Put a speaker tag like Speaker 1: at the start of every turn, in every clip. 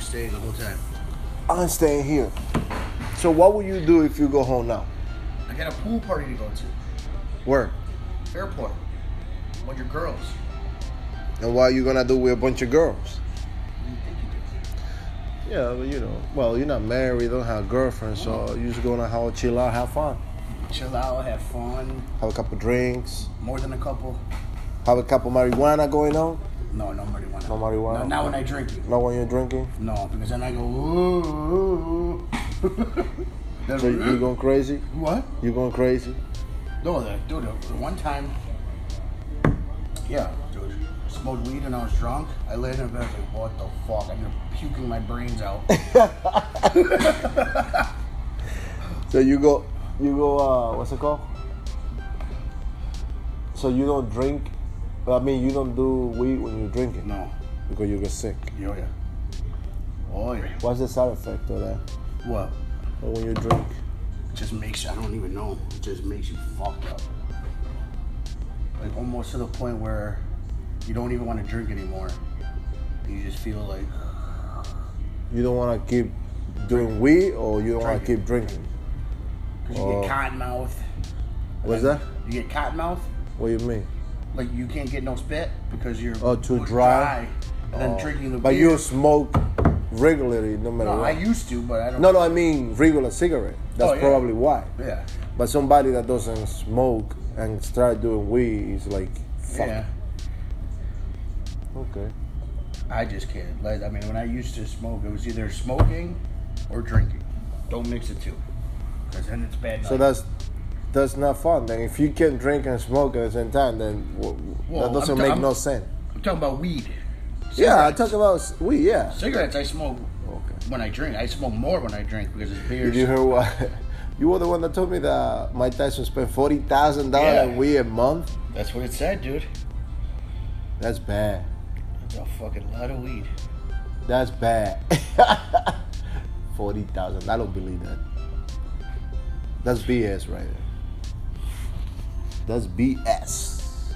Speaker 1: staying the whole time?
Speaker 2: I'm staying here. So what will you do if you go home now?
Speaker 1: I got a pool party to go to.
Speaker 2: Where?
Speaker 1: Airport. With your girls.
Speaker 2: And what are you gonna do with a bunch of girls?
Speaker 1: What do you think you
Speaker 2: Yeah, but you know, well, you're not married, don't have a girlfriend, so you're just gonna have chill out, have fun,
Speaker 1: do? Chill out, have fun.
Speaker 2: have a couple drinks,
Speaker 1: More than a couple.
Speaker 2: have a couple marijuana going on.
Speaker 1: No, no marijuana.
Speaker 2: No marijuana?
Speaker 1: No, not when I drink it.
Speaker 2: Not when you're drinking,
Speaker 1: No, because then I go, ooh. Then-
Speaker 2: so you- you're going crazy.
Speaker 1: what?
Speaker 2: You're going crazy.
Speaker 1: No, the, dude, the, the one time, yeah, dude, smoked weed and I was drunk. I laid in bed I was like, what the fuck? I'm puking my brains out.
Speaker 2: So you go, you go. Uh, what's it called? So you don't drink. I mean, you don't do weed when you're drinking
Speaker 1: no,
Speaker 2: because you get sick.
Speaker 1: yo yeah, oh yeah.
Speaker 2: What's the side effect of that?
Speaker 1: What?
Speaker 2: Or when you drink?
Speaker 1: Just makes I don't even know. It just makes you fucked up. Like almost to the point where you don't even want to drink anymore. You just feel like
Speaker 2: You don't want to keep doing weed, or you don't want
Speaker 1: Drinking.
Speaker 2: to keep drinking.
Speaker 1: because you
Speaker 2: Oh.
Speaker 1: get cotton mouth.
Speaker 2: What's that?
Speaker 1: You get cotton mouth.
Speaker 2: What do you mean?
Speaker 1: Like you can't get no spit because you're
Speaker 2: Oh, too
Speaker 1: you're
Speaker 2: dry?
Speaker 1: And then
Speaker 2: Oh.
Speaker 1: drinking the
Speaker 2: But
Speaker 1: beer.
Speaker 2: you smoke regularly, no matter
Speaker 1: No, I
Speaker 2: what.
Speaker 1: used to, but I don't.
Speaker 2: no, no, I mean regular cigarette. That's
Speaker 1: Oh, yeah.
Speaker 2: probably why.
Speaker 1: Yeah.
Speaker 2: But somebody that doesn't smoke and start doing weed is like, fuck.
Speaker 1: Yeah.
Speaker 2: Okay.
Speaker 1: I just can't. Like, I mean, when I used to smoke, it was either smoking or drinking. Don't mix the two, because then it's bad.
Speaker 2: So
Speaker 1: night.
Speaker 2: that's that's not fun. Then if you can drink and smoke at the same time, then w- w-
Speaker 1: Well,
Speaker 2: that doesn't
Speaker 1: I'm-
Speaker 2: make
Speaker 1: I'm-
Speaker 2: no sense.
Speaker 1: I'm talking about weed.
Speaker 2: Yeah, I
Speaker 1: Cigarettes.
Speaker 2: talk about s- weed. Yeah.
Speaker 1: Cigarettes I smoke
Speaker 2: Okay.
Speaker 1: when I drink. I smoke more when I drink because it's beer.
Speaker 2: Did you hear what? You were the one that told me that Mike Tyson spent forty thousand dollars
Speaker 1: Yeah.
Speaker 2: on weed a month.
Speaker 1: That's what it said, dude.
Speaker 2: That's bad.
Speaker 1: That's a fucking lot of weed.
Speaker 2: That's bad. Forty thousand. I don't believe that. That's BS right there. That's BS.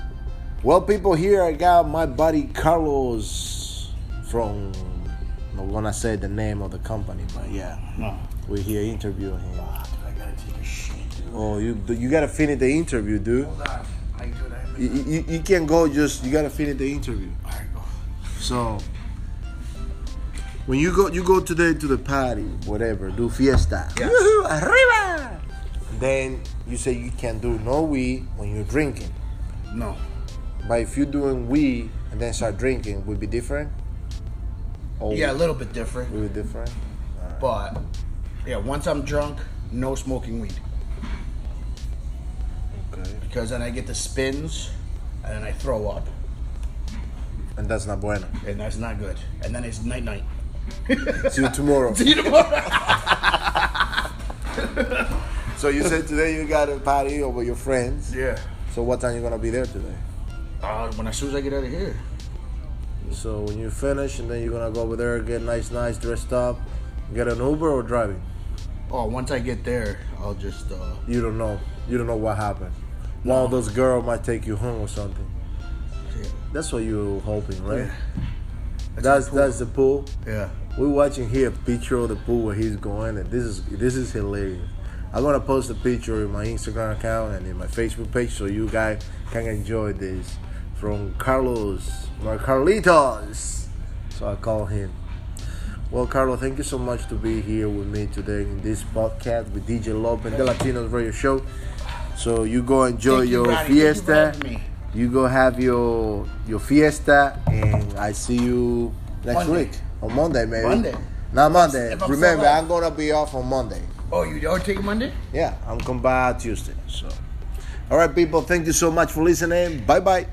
Speaker 2: Well, people, here I got my buddy Carlos from. I'm not gonna say the name of the company, but yeah,
Speaker 1: No.
Speaker 2: we're here interviewing him.
Speaker 1: Ah, dude, I gotta take a shit, dude.
Speaker 2: Oh, you you gotta finish the interview, dude.
Speaker 1: Hold on. I do that.
Speaker 2: You, you, you can't go just. You gotta finish the interview.
Speaker 1: All right, go.
Speaker 2: So when you go you go today to the party, whatever, do fiesta.
Speaker 1: Yeah.
Speaker 2: Woohoo, arriba! Then you say you can't do no weed when you're drinking.
Speaker 1: No.
Speaker 2: But if you're doing weed and then start drinking, would be different? Or
Speaker 1: Yeah, a little bit different.
Speaker 2: would be different.
Speaker 1: But yeah, once I'm drunk, no smoking weed
Speaker 2: Okay.
Speaker 1: because then I get the spins and then I throw up,
Speaker 2: And that's not bueno.
Speaker 1: and that's not good. And then it's night night.
Speaker 2: See you tomorrow.
Speaker 1: See you tomorrow.
Speaker 2: so you said today you got a party over your friends.
Speaker 1: yeah.
Speaker 2: So what time you gonna be there today?
Speaker 1: Uh, when as soon as I get out of here,
Speaker 2: So when you finish and then you're gonna go over there, get nice, nice, dressed up, get an Uber or driving?
Speaker 1: oh, once I get there, I'll just uh,
Speaker 2: you don't know. You don't know what happened. One of those girls might take you home or something.
Speaker 1: yeah.
Speaker 2: That's what you're hoping, right?
Speaker 1: Yeah.
Speaker 2: That's
Speaker 1: the pool.
Speaker 2: that's the pool.
Speaker 1: yeah.
Speaker 2: We're watching here a picture of the pool where he's going, and this is this is hilarious. I'm gonna post a picture in my Instagram account and in my Facebook page so you guys can enjoy this from Carlos, my Carlitos. So I call him. Well, Carlos, thank you so much to be here with me today in this podcast with DJ Lope and the Latinos Radio Show. So you go enjoy
Speaker 1: Thank you,
Speaker 2: your
Speaker 1: Roddy. Thank you for
Speaker 2: fiesta.
Speaker 1: having me.
Speaker 2: You go have your your fiesta, and I see you next
Speaker 1: Monday.
Speaker 2: week on Monday, maybe.
Speaker 1: Monday.
Speaker 2: Not Monday.
Speaker 1: If I'm
Speaker 2: Remember,
Speaker 1: still
Speaker 2: I'm gonna be off on Monday.
Speaker 1: Oh, you are taking Monday?
Speaker 2: Yeah, I'm coming by Tuesday. So, all right, people. Thank you so much for listening. Bye bye.